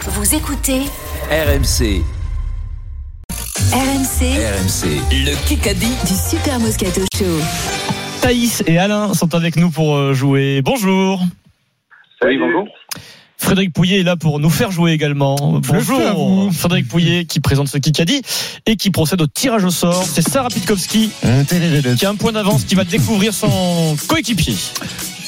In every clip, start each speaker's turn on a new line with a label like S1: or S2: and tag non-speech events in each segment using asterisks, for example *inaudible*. S1: Vous écoutez
S2: RMC,
S1: RMC
S2: RMC, le Kikadi.
S1: du Super Moscato Show.
S3: Thaïs et Alain sont avec nous pour euh, jouer. Bonjour.
S4: Oui, bonjour.
S3: Frédéric Pouillet est là pour nous faire jouer également.
S5: feu à vous.
S3: Bonjour. Frédéric Pouillet qui présente ce Kikadi et qui procède au tirage au sort. C'est Sarah Pitkowski qui a un point d'avance qui va découvrir son coéquipier.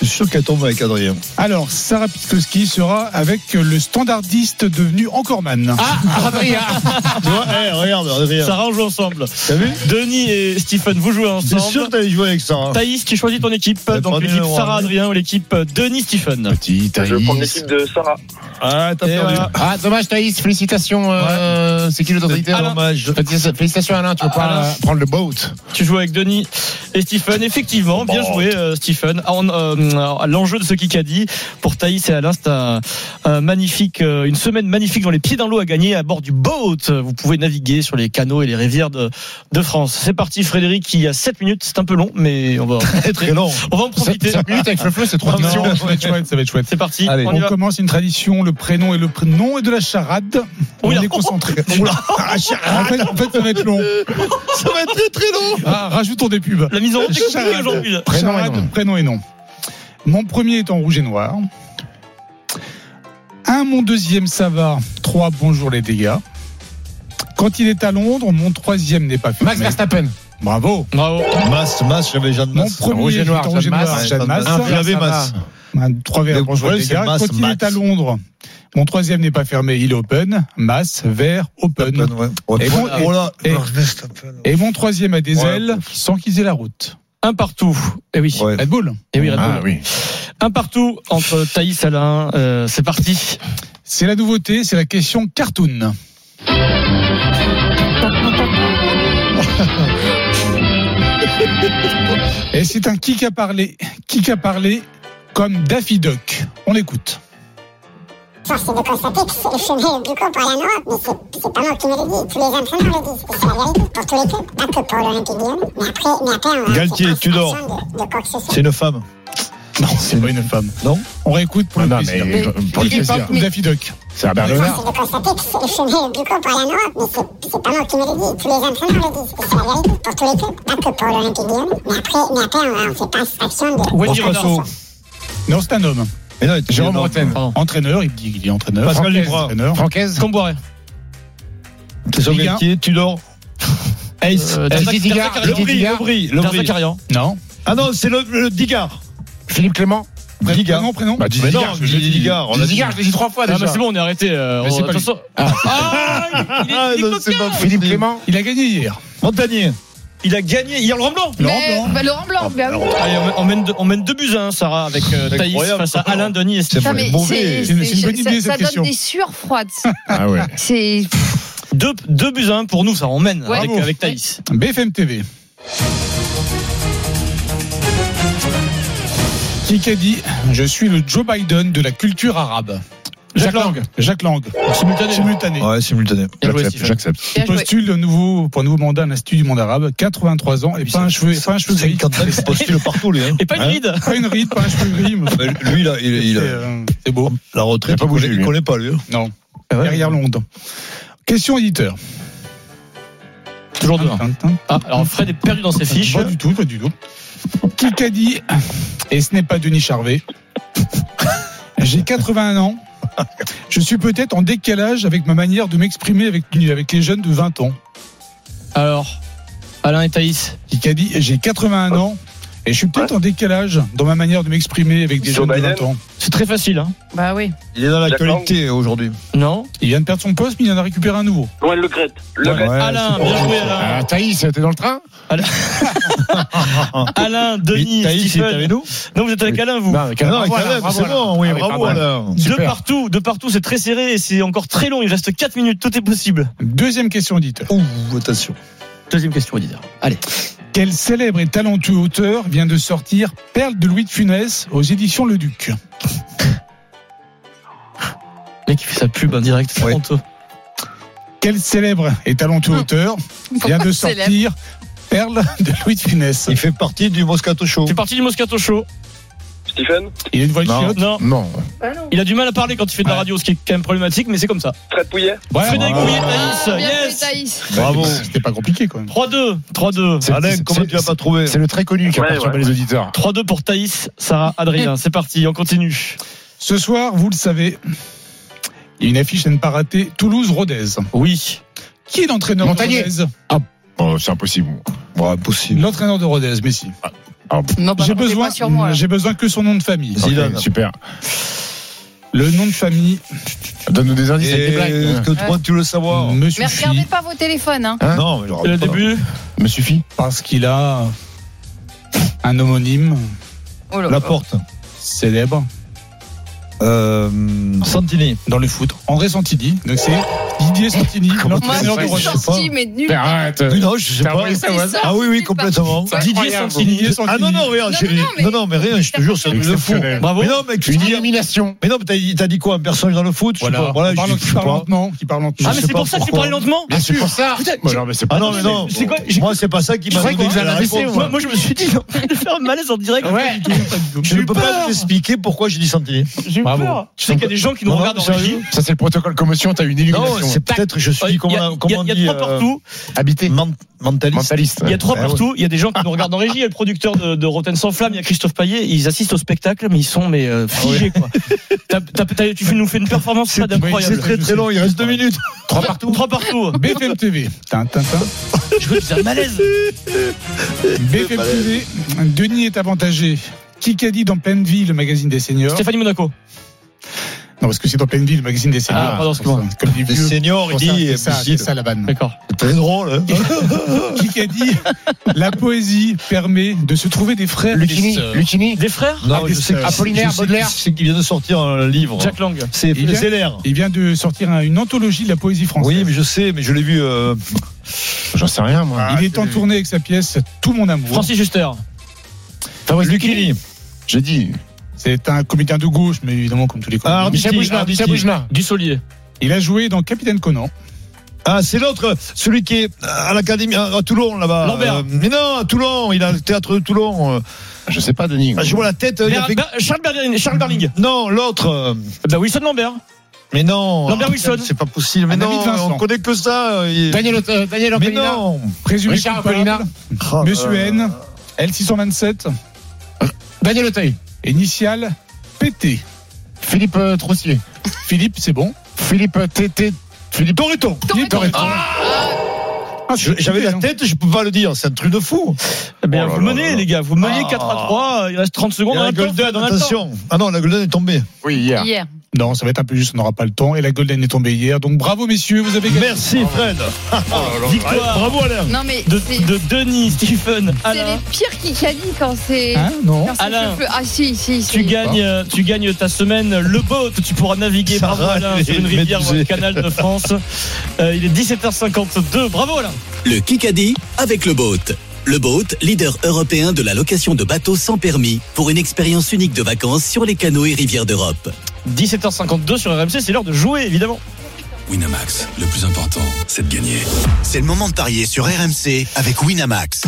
S5: Je suis sûr qu'elle tombe avec Adrien.
S6: Alors, Sarah Pitkowski sera avec le standardiste devenu Encoreman.
S3: Ah,
S5: Tu vois, eh, regarde, Adrien.
S3: Sarah, on joue ensemble.
S5: T'as vu
S3: Denis et Stephen, vous jouez
S5: T'es sûr que
S3: ensemble.
S5: t'allais jouer avec ça. hein
S3: Thaïs qui choisit ton équipe,
S5: T'as
S3: donc
S5: pas
S3: l'équipe
S5: numéro un.
S3: Sarah Adrien ou l'équipe Denis Stephen.
S5: Petit
S4: Je vais prendre l'équipe de Sarah.
S5: Ah, t'as
S3: Et
S5: perdu.
S3: voilà.
S7: Ah, dommage, Thaïs. Félicitations. euh, C'est qui l'autorité
S3: Alain.
S5: Dommage.
S7: Bah, Félicitations, Alain. Tu peux pas
S3: Alain.
S7: euh, prendre le boat.
S3: Tu joues avec Denis et Stephen. Effectivement, bien
S5: Bon.
S3: joué, euh, Stephen. Ah, on, euh, alors, L'enjeu de ce Kikadi pour Thaïs et Alain, c'est un, un magnifique, euh, une semaine magnifique dans les pieds dans l'eau à gagner à bord du boat. Vous pouvez naviguer sur les canaux et les rivières de, de France. C'est parti, Frédéric. Il y a 7 minutes. C'est un peu long, mais on va,
S5: Très long.
S3: on va en profiter.
S7: 7 minutes avec le fleu, c'est trop
S3: Non,
S7: questions.
S3: non.
S6: ça va être chouette, ça va être chouette.
S3: C'est parti.
S5: Allez.
S3: On y
S6: On
S3: va.
S6: commence une tradition, le prénom et le prénom et de la charade. On
S3: Oula.
S6: est concentré. Oula. Ah, charade. En, fait, en fait, ça va être long.
S5: Ça va être très très long.
S6: Ah, rajoutons des pubs.
S3: La mise en route est compliquée
S6: Charade.
S3: aujourd'hui.
S7: Prénom et
S6: charade,
S7: nom.
S6: prénom et nom. Mon premier est en rouge et noir. Un, mon deuxième, ça va. Trois, bonjour les dégâts. Quand il est à Londres, mon troisième n'est pas
S7: Max
S6: filmé.
S7: Verstappen.
S6: Bravo.
S3: Bravo.
S5: Masse, masse, j'avais Jeanne
S6: Mon
S5: Masse.
S6: premier
S7: rouge et
S6: est
S7: noir,
S6: en rouge et
S7: Jeanne
S6: noir,
S7: Masse.
S6: Jeanne Masse.
S5: Ah, vous l'avez
S7: Ça
S5: Masse.
S6: Un, Trois verts,
S5: Le
S6: bonjour
S5: problème,
S6: les
S5: c'est
S6: gars.
S5: masse,
S6: Quand il
S5: max.
S6: est à Londres, mon troisième n'est pas fermé, il est open. Masse, vert, open.
S5: Open, ouais. Ouais,
S6: Et bon,
S5: voilà. Oh là,
S6: et-
S5: Max Verstappen.
S6: Et mon troisième a des
S5: Ouais.
S6: ailes sans qu'ils aient la route.
S3: Un partout. Eh oui.
S5: Ouais.
S6: Red Bull.
S3: Eh oui, Red Bull.
S7: Ah oui.
S3: Un partout entre Thaïs et Alain. Euh, c'est parti.
S6: C'est la nouveauté, c'est la question cartoon. Et c'est un qui a parlé, qui a parlé comme Daffy Duck. On l'écoute.
S8: Force est de constater que c'est- je vais du coup pour aller en Europe, mais c'est c'est pas moi qui me le dis, tous les entraîneurs le disent, et c'est la vérité pour tous les clubs, pas que pour l'Olympique Lyon, mais après, mais après on
S5: Galtier,
S8: c'est pas
S5: tu dors.
S8: une question De, de quoi que ce soit.
S5: C'est une femme.
S6: Non, c'est pas une femme.
S5: Non
S6: On réécoute pour le
S7: Non,
S6: plaisir.
S7: mais euh, pour le
S6: Qui parle
S7: plaisir.
S6: comme Daffy Duck.
S7: C'est Herbert
S8: Force
S7: Léonard.
S8: est de constater que c'est- je vais du coup pour aller en Europe, mais c'est c'est pas moi qui me le dis, tous les entraîneurs le disent, et c'est la vérité pour tous les clubs, pas que pour l'Olympique Lyon, mais après, mais après on on fait pas action de,
S3: Wendy
S8: de quoi que ce
S3: Renard.
S8: soit.
S6: Non, c'est un homme.
S5: Mais non, elle était
S7: Jérôme
S5: énorme.
S7: Roten.
S3: Pardon.
S6: Entraîneur, il dit qu'il est entraîneur.
S5: Pascal
S6: Français,
S5: Duprat.
S6: entraîneur.
S7: Francaise.
S3: Comboiré.
S5: T'es sur
S6: Ligue un.
S5: Galtier, Tudor. Ace.
S3: Euh,
S5: Ace.
S3: Darzac-
S7: Digard,
S3: Darzac-
S7: Didier
S3: Lobry,
S7: Digard.
S3: Lobry,
S5: Lobry.
S3: Darzacarian.
S6: Non.
S5: Ah non, c'est le, le Digard.
S7: Philippe Clément.
S5: Digard.
S6: Prénom, prénom.
S7: Bah, Didier
S5: Mais non,
S7: Digard.
S5: Didier Digard, on l'a dit.
S7: Digard, je l'ai dit trois fois
S3: Ah,
S7: déjà.
S3: bah, c'est bon, on est arrêté. euh,
S7: Mais
S3: on-
S7: c'est pas Ah,
S3: de toute façon- Ah, il est- il est
S5: non, c'est
S3: coquin.
S5: pas
S7: Philippe Clément.
S6: Il a gagné hier.
S5: Montagnier. Ah,
S3: Il a gagné hier le Laurent Blanc.
S6: Laurent
S9: Mais-
S6: Blanc.
S9: bah, Laurent Blanc, bien oui.
S3: Allez, on, on mène deux- on mène 2 buts à 1, Sarah, avec euh,
S5: C'est
S3: Thaïs
S5: incroyable.
S3: face à Alain, Denis et Stephen.
S5: C'est
S9: Non, mais
S5: mauvais.
S9: c'est-
S6: C'est une- c'est une
S9: c'est-
S6: bonne
S9: ça-
S6: idée, cette
S9: Ça
S6: question.
S9: donne des sueurs froides.
S7: Ah ouais.
S9: C'est
S3: 2 buts à 1 pour nous, ça on mène
S9: Ouais.
S3: avec,
S9: Bravo.
S3: avec Thaïs.
S6: BFM TV. Qui a dit Je suis le Joe Biden de la culture arabe
S3: Jacques Lang.
S6: Jacques Lang.
S3: Simultané.
S6: Simultané.
S5: *laughs* Ouais, simultané.
S3: Bien joué,
S7: J'accepte.
S3: Stephen.
S7: J'accepte.
S9: bien joué.
S6: Postule de nouveau pour un nouveau mandat à l'Institut du monde arabe, 83 ans et pas un cheveu, pas un cheveu gris.
S5: Cantal, il postule partout, lui. Hein.
S3: Et pas une
S5: Hein
S3: ride.
S6: *laughs* Pas une ride, pas un cheveu gris. mais
S5: Mais Lui, là, il, il
S6: C'est
S5: a
S6: euh, c'est beau.
S5: la retraite,
S7: Il a pas bougé,
S5: il connaît,
S7: lui.
S5: il connaît pas, lui. hein.
S6: Non. Derrière Londres. Question éditeur.
S3: Toujours 2 Ah, alors Fred est perdu dans ses fiches.
S6: Pas du tout, pas du tout. Qui qu'a dit Et ce n'est pas Denis Charvet. *laughs* J'ai 81 ans. Je suis peut-être en décalage avec ma manière de m'exprimer avec, avec les jeunes de 20 ans.
S3: Alors, Alain et Thaïs.
S6: Qui qu'a dit J'ai 81 ans et je suis peut-être en décalage dans ma manière de m'exprimer avec des
S4: Joe
S6: jeunes de
S4: Biden.
S6: 20 ans.
S3: C'est très facile, hein.
S9: Bah oui.
S5: Il est dans
S4: Jacques
S5: l'actualité aujourd'hui.
S3: Non
S6: Il vient de perdre son poste, mais il en a récupéré un nouveau.
S4: Loin de le Gret. Le
S5: Ouais,
S4: Gret.
S5: ouais,
S3: Alain,
S5: c'est-
S3: bien joué,
S7: Ah,
S3: Alain.
S7: Thaïs, t'es dans le train
S3: Alain,
S5: Oui,
S3: Denis,
S5: Thaïs, il est
S3: Stephen.
S5: avec nous Bah,
S3: Non, vous êtes avec Alain, vous.
S7: Non,
S5: Non, quand même, c'est bon, oui,
S7: Ah,
S5: bravo, Alain.
S3: De
S7: Super.
S3: partout, de partout, c'est très serré et c'est encore très long. Il reste 4 minutes, tout est possible.
S6: Deuxième question éditeur.
S5: Ouh, attention.
S3: Deuxième question, Odile. Allez.
S6: Quel célèbre et talentueux auteur vient de sortir Perle de Louis de Funès aux éditions Le Duc
S3: Le mec, il fait sa pub en direct, c'est
S5: Ouais.
S3: honteux.
S6: Quel célèbre et talentueux auteur vient de
S9: *laughs* Pourquoi célèbre
S6: sortir Perle de Louis de Funès.
S5: Il fait partie du Moscato Show.
S3: C'est parti du Moscato Show.
S4: Stephen
S6: Il a une voix de
S5: Non.
S6: chiotte.
S3: Non,
S5: Non.
S3: il a du mal à parler quand il fait de la
S6: Ouais.
S3: radio, ce qui est quand même problématique, mais c'est comme ça.
S4: Fred Pouillet
S6: Ouais,
S3: Frédéric
S6: bravo.
S3: Ouillet, Thaïs,
S9: Ah, bien joué,
S3: yes
S9: Thaïs.
S5: Bravo.
S6: C'était pas compliqué quand même.
S3: 3-2, 3-2.
S7: C'est-
S5: Alain, comment tu l'as pas trouvé
S7: C'est le très connu qui a
S4: Ouais,
S7: perturbé les auditeurs.
S3: 3-2 pour Thaïs, Sarah, Adrien. C'est parti, on continue.
S6: Ce soir, vous le savez, il y a une affiche à ne pas rater Toulouse-Rodez.
S3: Oui.
S6: Qui est l'entraîneur de
S7: Montagnier.
S6: Rodez
S7: Oh, c'est impossible.
S5: Ouais, possible.
S6: L'entraîneur de Rodez, Messi.
S9: Non, bah,
S6: Ah, J'ai
S9: comptez
S6: besoin,
S9: pas sur moi. là.
S6: j'ai besoin que son nom de famille.
S7: Ok,
S5: Zidane.
S7: super.
S6: Le nom de famille,
S7: Donne-nous des indices avec des
S5: Est-ce
S7: blagues.
S5: que toi, tu le savoir
S6: Monsieur
S9: Mais
S6: Phi,
S9: regardez pas vos téléphones, hein.
S7: Hein
S5: Non, mais Oh, je
S3: Le
S5: regarde pas.
S3: début
S7: Me suffit.
S6: parce qu'il a un homonyme
S9: Oh là
S5: La
S9: là.
S5: porte.
S6: célèbre
S5: Euh,
S3: Santini.
S6: dans le foot. André Santini. Donc c'est Didier Santini,
S9: Moi,
S7: Ah,
S6: l'entraîneur de
S9: je suis
S6: Rodez.
S9: sorti, mais nul.
S7: Mais Arrête.
S5: oui, non, je sais
S7: T'as
S5: pas.
S7: envoyé ça au
S9: C'est
S7: hasard
S9: ça.
S5: Ah oui, oui, complètement.
S9: C'est
S3: Didier
S7: incroyable.
S3: Santini.
S5: Ah non, non, rien,
S9: Non,
S5: j'ai-
S9: non, mais-
S5: non, non, mais rien, je te jure, c'est un truc de fou. Bah,
S7: Exceptionnel.
S3: Bravo.
S5: Mais non, mec, tu
S7: Une
S5: dis.
S7: illumination.
S5: Mais non, mais t'as dit- t'as dit quoi Un personnage dans le foot je sais
S6: Voilà.
S5: pas. Voilà,
S6: Qui
S5: je
S6: parle-
S5: je
S6: qui
S5: sais
S6: parle
S5: pas.
S6: lentement, qui parle lentement.
S3: Ah,
S5: Je
S3: mais
S5: sais
S3: c'est
S5: pas
S3: pour ça que tu
S5: pourquoi.
S3: parles lentement
S7: Bien sûr. ça. Moi, non, mais c'est pas
S5: Ah non, mais non.
S3: C'est quoi
S5: Moi, c'est pas ça qui
S7: Je
S5: m'a
S7: croyais
S5: donné
S7: qu'on
S5: la
S7: avait
S5: réponse.
S7: laissé,
S3: Moi, moi, je me suis dit, j'ai envie de faire un malaise en direct.
S7: Ouais.
S5: Je ne peux pas t'expliquer pourquoi j'ai dit Santini.
S3: J'ai eu
S6: Bravo.
S3: peur. Tu sais qu'il y a des gens qui nous
S5: Non,
S3: regardent en
S5: sérieux
S3: régie.
S7: Ça, c'est le protocole commotion. T'as eu une
S5: Non,
S7: illumination.
S5: c'est peut-être, je suis
S3: Il y a- il
S5: dit,
S3: y
S5: comment
S3: a
S5: on- comment on
S3: il y a
S5: dit
S3: trois
S5: euh,
S3: partout.
S7: Habité.
S5: men- Mentaliste.
S7: Mentaliste.
S3: Il y a trois
S5: Ouais, ouais.
S3: partout. Il y a des gens qui nous regardent en régie. Il y a le producteur de, de Rotten sans flamme. Il y a Christophe Payet. Ils assistent au spectacle, mais ils sont mais euh, figés quoi. T'as- t'as- t'as- tu fais- nous fais une performance pas
S5: Ah C'est
S3: d'incroyable.
S5: très très long, il reste deux minutes.
S3: Trois partout. Trois partout.
S6: BFM TV. Tintin, tintin.
S3: Je veux que c'est un malaise.
S6: BFM TV. Denis est avantagé. Kikadi dans pleine vie, le magazine des seniors.
S3: Stéphanie Monaco.
S6: Non, parce que c'est dans pleine vie, le magazine des seniors.
S3: Ah, pardon, excuse-moi.
S6: Comme des
S5: *laughs* Les
S6: vieux.
S5: seniors, il
S6: Pour ça,
S5: dit,
S6: c'est ça,
S5: imbécile.
S6: c'est ça la vanne.
S3: D'accord.
S5: très drôle. hein.
S6: Kikadi, la poésie permet de se trouver des frères et des
S7: Lucini.
S6: sœurs.
S7: Lucini.
S3: Des frères.
S5: Non, je sais-
S7: Apollinaire,
S5: je sais-
S7: Baudelaire.
S5: C'est qu'il vient de sortir un livre.
S3: Jack Lang.
S5: C'est
S6: Il vient-
S5: Zeller.
S6: Il vient de sortir un- une anthologie de la poésie française.
S5: Oui, mais je sais, mais je l'ai vu. euh,
S7: J'en sais rien, moi.
S6: Il
S5: Ah,
S6: est en tournée avec sa pièce Tout mon amour.
S3: Francis Juster.
S7: Fabrice
S5: Lucchini.
S7: J'ai dit.
S6: C'est un comédien de gauche, mais évidemment comme tous les comédiens.
S5: Ah, Arditi,
S7: Michel Boujna. Michel
S5: Arditi.
S7: Boujna.
S3: Dussolier.
S6: Il a joué dans Capitaine Conan.
S5: Ah, c'est l'autre, celui qui est à l'académie, à à Toulon, là-bas.
S3: Lambert.
S5: Euh, mais non, à Toulon, il a le théâtre de Toulon. euh.
S7: Je sais pas, Denis.
S5: Ah, je vois la tête. euh, il a
S3: Ber-
S5: fait-
S3: Ber- Charles Berling. Charles Berling.
S5: Non, l'autre. euh,
S3: Bah, Wilson Lambert.
S5: Mais non.
S3: Lambert
S5: Ah,
S3: Wilson.
S5: C'est pas possible. Mais
S6: Un ami
S5: non,
S6: de Vincent.
S5: on connaît que ça. euh, il-
S7: Daniel, euh, Daniel
S5: Mais
S7: Antonina.
S5: non.
S6: Présumé
S7: Richard Apollinaire.
S6: coupable, Monsieur
S5: Euh.
S6: N, L627,
S7: Daniel Auteuil.
S6: initial PT.
S7: Philippe euh, Troussier.
S6: Philippe, c'est bon.
S7: Philippe euh, TT. Philippe Torreton. Philippe Torreton.
S6: Ah,
S5: Je- J'avais la
S6: hein.
S5: tête, je peux pas le dire. C'est un truc de fou.
S3: Eh bien,
S7: Oh là
S3: vous
S7: là
S3: menez,
S7: là là.
S3: les gars. Vous menez
S5: Ah.
S3: 4 à 3. Il reste 30
S5: Il
S3: secondes.
S5: y a
S3: On a
S5: la
S3: le temps,
S5: Golden,
S3: on a le temps.
S5: attention. Ah non, la Golden est tombée.
S7: Oui, hier.
S9: Hier.
S6: Non, ça va être un peu juste, on n'aura pas le temps. Et la Golden est tombée hier. Donc bravo, messieurs, vous avez gagné.
S3: Oh
S5: Merci Fred. *laughs*
S3: Victoire.
S5: Allez, bravo Alain.
S9: Non, mais
S3: de,
S9: c'est
S3: de Denis, Stephen,
S9: c'est
S3: Alain.
S9: les pires qui qualifient quand c'est.
S6: Hein non.
S9: quand c'est
S3: Alain.
S9: le feu. Ah, si, si, si.
S3: Tu gagnes, euh, tu gagnes ta semaine le boat. Tu pourras naviguer,
S5: Ah. Ça
S3: bravo
S5: va,
S3: Alain,
S5: les
S3: sur une rivière
S5: médusés.
S3: ou un canal de
S5: *laughs*
S3: France. Euh, il est 17h52. Bravo Alain.
S2: Le Kikadi avec le boat. Le boat, leader européen de la location de bateaux sans permis pour une expérience unique de vacances sur les canaux et rivières d'Europe.
S3: 17h52 sur RMC, c'est l'heure de jouer évidemment.
S10: Winamax, le plus important, c'est de gagner. C'est le moment de parier sur RMC avec Winamax.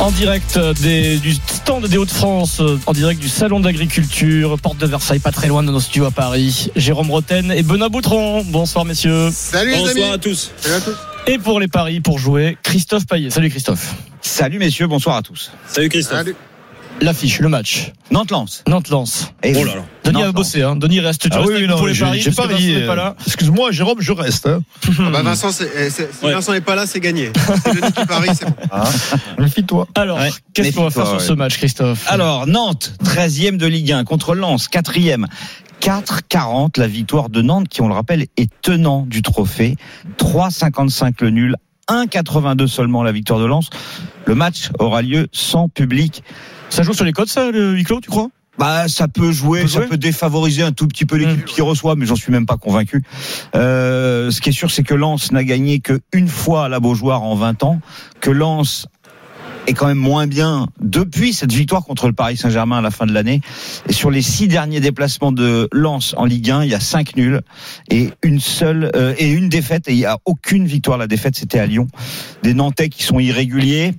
S3: En direct euh, des- du stand des Hauts-de-France, euh, en direct du salon d'agriculture, porte de Versailles, pas très loin de nos studios à Paris. Jérôme Roten et Benoît Boutron. Bonsoir messieurs.
S11: Salut les amis. Bonsoir à tous.
S3: Et pour les paris, pour jouer, Christophe Payet. Salut Christophe.
S2: Salut messieurs, bonsoir à tous. Salut Christophe.
S11: Salut.
S3: L'affiche, le match.
S2: Nantes-Lance.
S3: Nantes-Lance.
S2: Oh là là.
S3: Denis a bossé, hein. Denis reste. Tu
S5: Ah
S3: restes
S5: oui,
S3: avec
S5: oui,
S3: nous
S5: non,
S3: pour les
S5: j'ai-
S3: paris.
S5: j'ai
S3: parce
S5: pas
S3: que Vincent
S5: rayé.
S3: n'est pas là.
S5: Euh, Excuse-moi, Jérôme, je reste. hein.
S11: Ah bah Vincent, c'est, eh, c'est- si Vincent n'est pas là, c'est gagné. C'est Denis qui parie, c'est bon.
S5: Méfie-toi.
S3: Alors,
S2: Ouais.
S3: qu'est-ce qu'on va
S2: Méfie-toi,
S3: faire sur
S2: ouais.
S3: ce match, Christophe
S2: Alors, Nantes, 13e de Ligue 1 contre Lens, 4e. 4,40 la victoire de Nantes, qui, on le rappelle, est tenant du trophée. 3,55 le nul, 1,82 seulement la victoire de Lens. Le match aura lieu sans public.
S3: ça joue sur les codes, ça, le huis clos, tu crois
S2: Bah, ça peut jouer,
S3: peut
S2: ça
S3: jouer. Mmh.
S2: peut défavoriser un tout petit peu l'équipe qui reçoit, mais j'en suis même pas convaincu. Euh, ce qui est sûr, c'est que Lens n'a gagné que une fois à la Beaujoire en 20 ans, que Lens est quand même moins bien depuis cette victoire contre le Paris Saint-Germain à la fin de l'année. Et sur les six derniers déplacements de Lens en Ligue 1, il y a cinq nuls et une seule euh, et une défaite. Et il y a aucune victoire. La défaite, c'était à Lyon. Des Nantais qui sont irréguliers.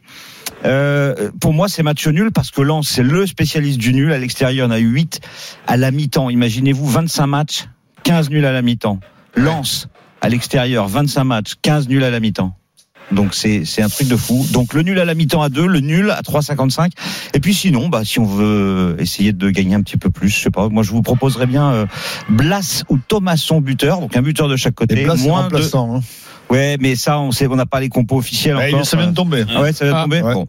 S8: Euh, pour moi, c'est match nul parce que Lens, c'est le spécialiste du nul. À l'extérieur, on a eu 8 à la mi-temps. Imaginez-vous 25 matchs, 15 nuls à la mi-temps. Lens, à l'extérieur, 25 matchs, 15 nuls à la mi-temps. Donc c'est c'est un truc de fou. Donc le nul à la mi-temps à 2, le nul à 3,55. Et puis sinon, bah si on veut essayer de gagner un petit peu plus, je sais pas. Moi je vous proposerais bien euh, Blas ou Thomasson buteur, donc un buteur de chaque côté.
S5: Et Blas, c'est
S8: moins de...
S5: remplaçant, hein.
S8: Ouais, mais ça on sait, on n'a pas les compos officiels
S5: Ouais,
S8: encore.
S5: ça vient de tomber.
S8: Ah ouais, ça vient de
S5: Ah,
S8: tomber.
S5: ouais.
S8: Bon.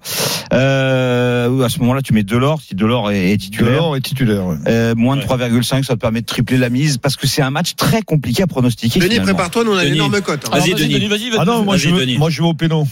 S8: Euh, à ce moment-là, tu mets Delors si Delors est, est titulaire.
S5: Delors est titulaire. ouais.
S8: Euh, moins de 3,5, ça te permet de tripler la mise parce que c'est un match très compliqué à pronostiquer.
S11: Denis,
S8: finalement.
S11: prépare-toi, nous on a une énorme cote. hein.
S5: Alors, Ah non, moi je veux- moi, je vais au péno.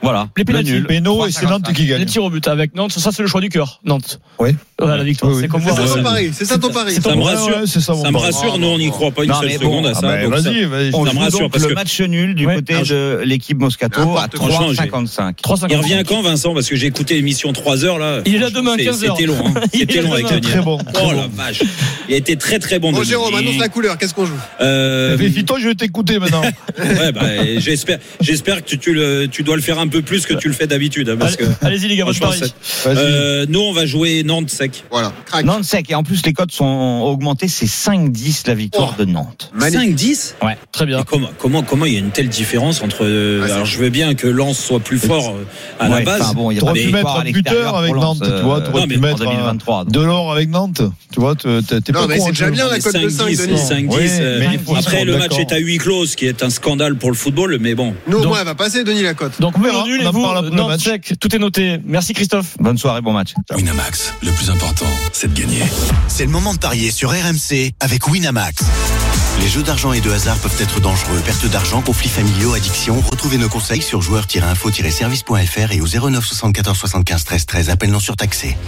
S8: Voilà.
S3: Les
S5: Le
S3: pénaltys.
S5: nul. Péno et c'est Nantes qui gagne.
S3: Les tirs au but avec Nantes, ça c'est le choix du cœur. Nantes.
S5: Oui.
S3: Voilà, la victoire.
S5: Oui, oui.
S3: C'est comme
S11: C'est
S3: moi.
S11: ça
S3: Ah, Ouais.
S11: ton pari, c'est ça ton pari.
S5: C'est ton-
S12: Ça me
S5: Ouais,
S12: rassure.
S5: ouais, c'est ça, mon
S12: Ça me
S5: pari.
S12: rassure. Nous, on n'y croit pas une
S8: Non,
S12: seule
S8: mais bon,
S12: seconde à
S5: ah
S12: ça.
S5: bah,
S12: donc ça-
S5: vas-y, vas-y.
S8: On
S12: Ça me
S8: joue
S12: rassure
S8: donc
S12: parce
S8: le
S12: que-
S8: match nul du
S3: Ouais.
S8: côté de l'équipe Moscato à
S11: N'importe quoi.
S8: 3,55.
S3: 3,55.
S12: Il revient quand, Vincent Parce que j'ai écouté l'émission 3 heures Oh là.
S3: Il est là demain,
S12: C'est-
S3: 15 heures.
S12: C'était long. hein.
S3: *laughs* Il est
S12: C'était
S3: là
S12: long avec
S3: demain.
S12: Denis.
S5: Très bon, très
S12: Oh
S5: bon.
S12: la vache. Il a été très très bon.
S11: Bon,
S12: Denis.
S11: Oh, Jérôme, annonce la couleur, qu'est-ce qu'on joue
S12: Euh,
S5: Félicite-toi, je vais t'écouter
S12: *laughs*
S5: maintenant.
S12: ouais, bah, j'espère, j'espère que tu, tu le, tu dois le faire un peu plus que tu le fais d'habitude, hein, parce que.
S3: Allez- Allez-y les gars, votre
S12: Franchement,
S3: pari.
S5: Vas-y.
S12: Euh, nous, on va jouer Nantes sec.
S11: Voilà, crac.
S8: Nantes sec. Et en plus, les cotes sont augmentées. C'est 5-10 la victoire de Nantes.
S11: Magnifique.
S12: 5-10
S3: Très bien.
S12: Et Comment, comment, comment il y a une telle différence entre. euh,
S11: Ah, c'est-
S12: alors, je veux bien que Lens soit plus fort euh, à la
S8: Ouais,
S12: base.
S8: enfin, bon, il y a
S5: T'aurais
S8: pas
S5: pu
S8: de
S5: mettre
S8: victoire à
S5: un
S8: l'extérieur
S5: buteur
S8: pour
S5: avec
S8: Lens,
S5: Nantes, tu vois, t'aurais
S8: euh,
S5: pu
S8: en
S5: mettre un-
S8: 2023.
S5: Delors avec Nantes, tu vois, t'es t'es pas
S11: Non, mais
S5: con,
S11: c'est
S5: hein,
S11: déjà
S5: Jérôme.
S11: bien, la cote de 5,
S12: 5-10,
S11: Denis.
S12: 5-10,
S5: Oui,
S12: euh,
S5: mais il faut se
S12: après,
S5: rendre
S12: le match
S5: d'accord.
S12: est à huis clos, ce qui est un scandale pour le football, mais bon.
S11: Nous, au
S3: Donc-
S11: moins, elle va passer, Denis, la cote.
S3: Donc
S5: On
S3: vous
S5: verra,
S3: le nul
S5: on
S3: et
S5: en
S3: vous
S5: parle après le
S3: Nantes
S5: match.
S3: sec. Tout est noté. Merci Christophe.
S8: Bonne soirée, bon match.
S7: Winamax, le plus important, c'est de gagner. C'est le moment de parier sur RMC avec Winamax. Les jeux d'argent et de hasard peuvent être dangereux. Perte d'argent, conflits familiaux, addiction. Retrouvez nos conseils sur joueurs-info-service.fr et au 09 74 75 13 13. Appel non surtaxé.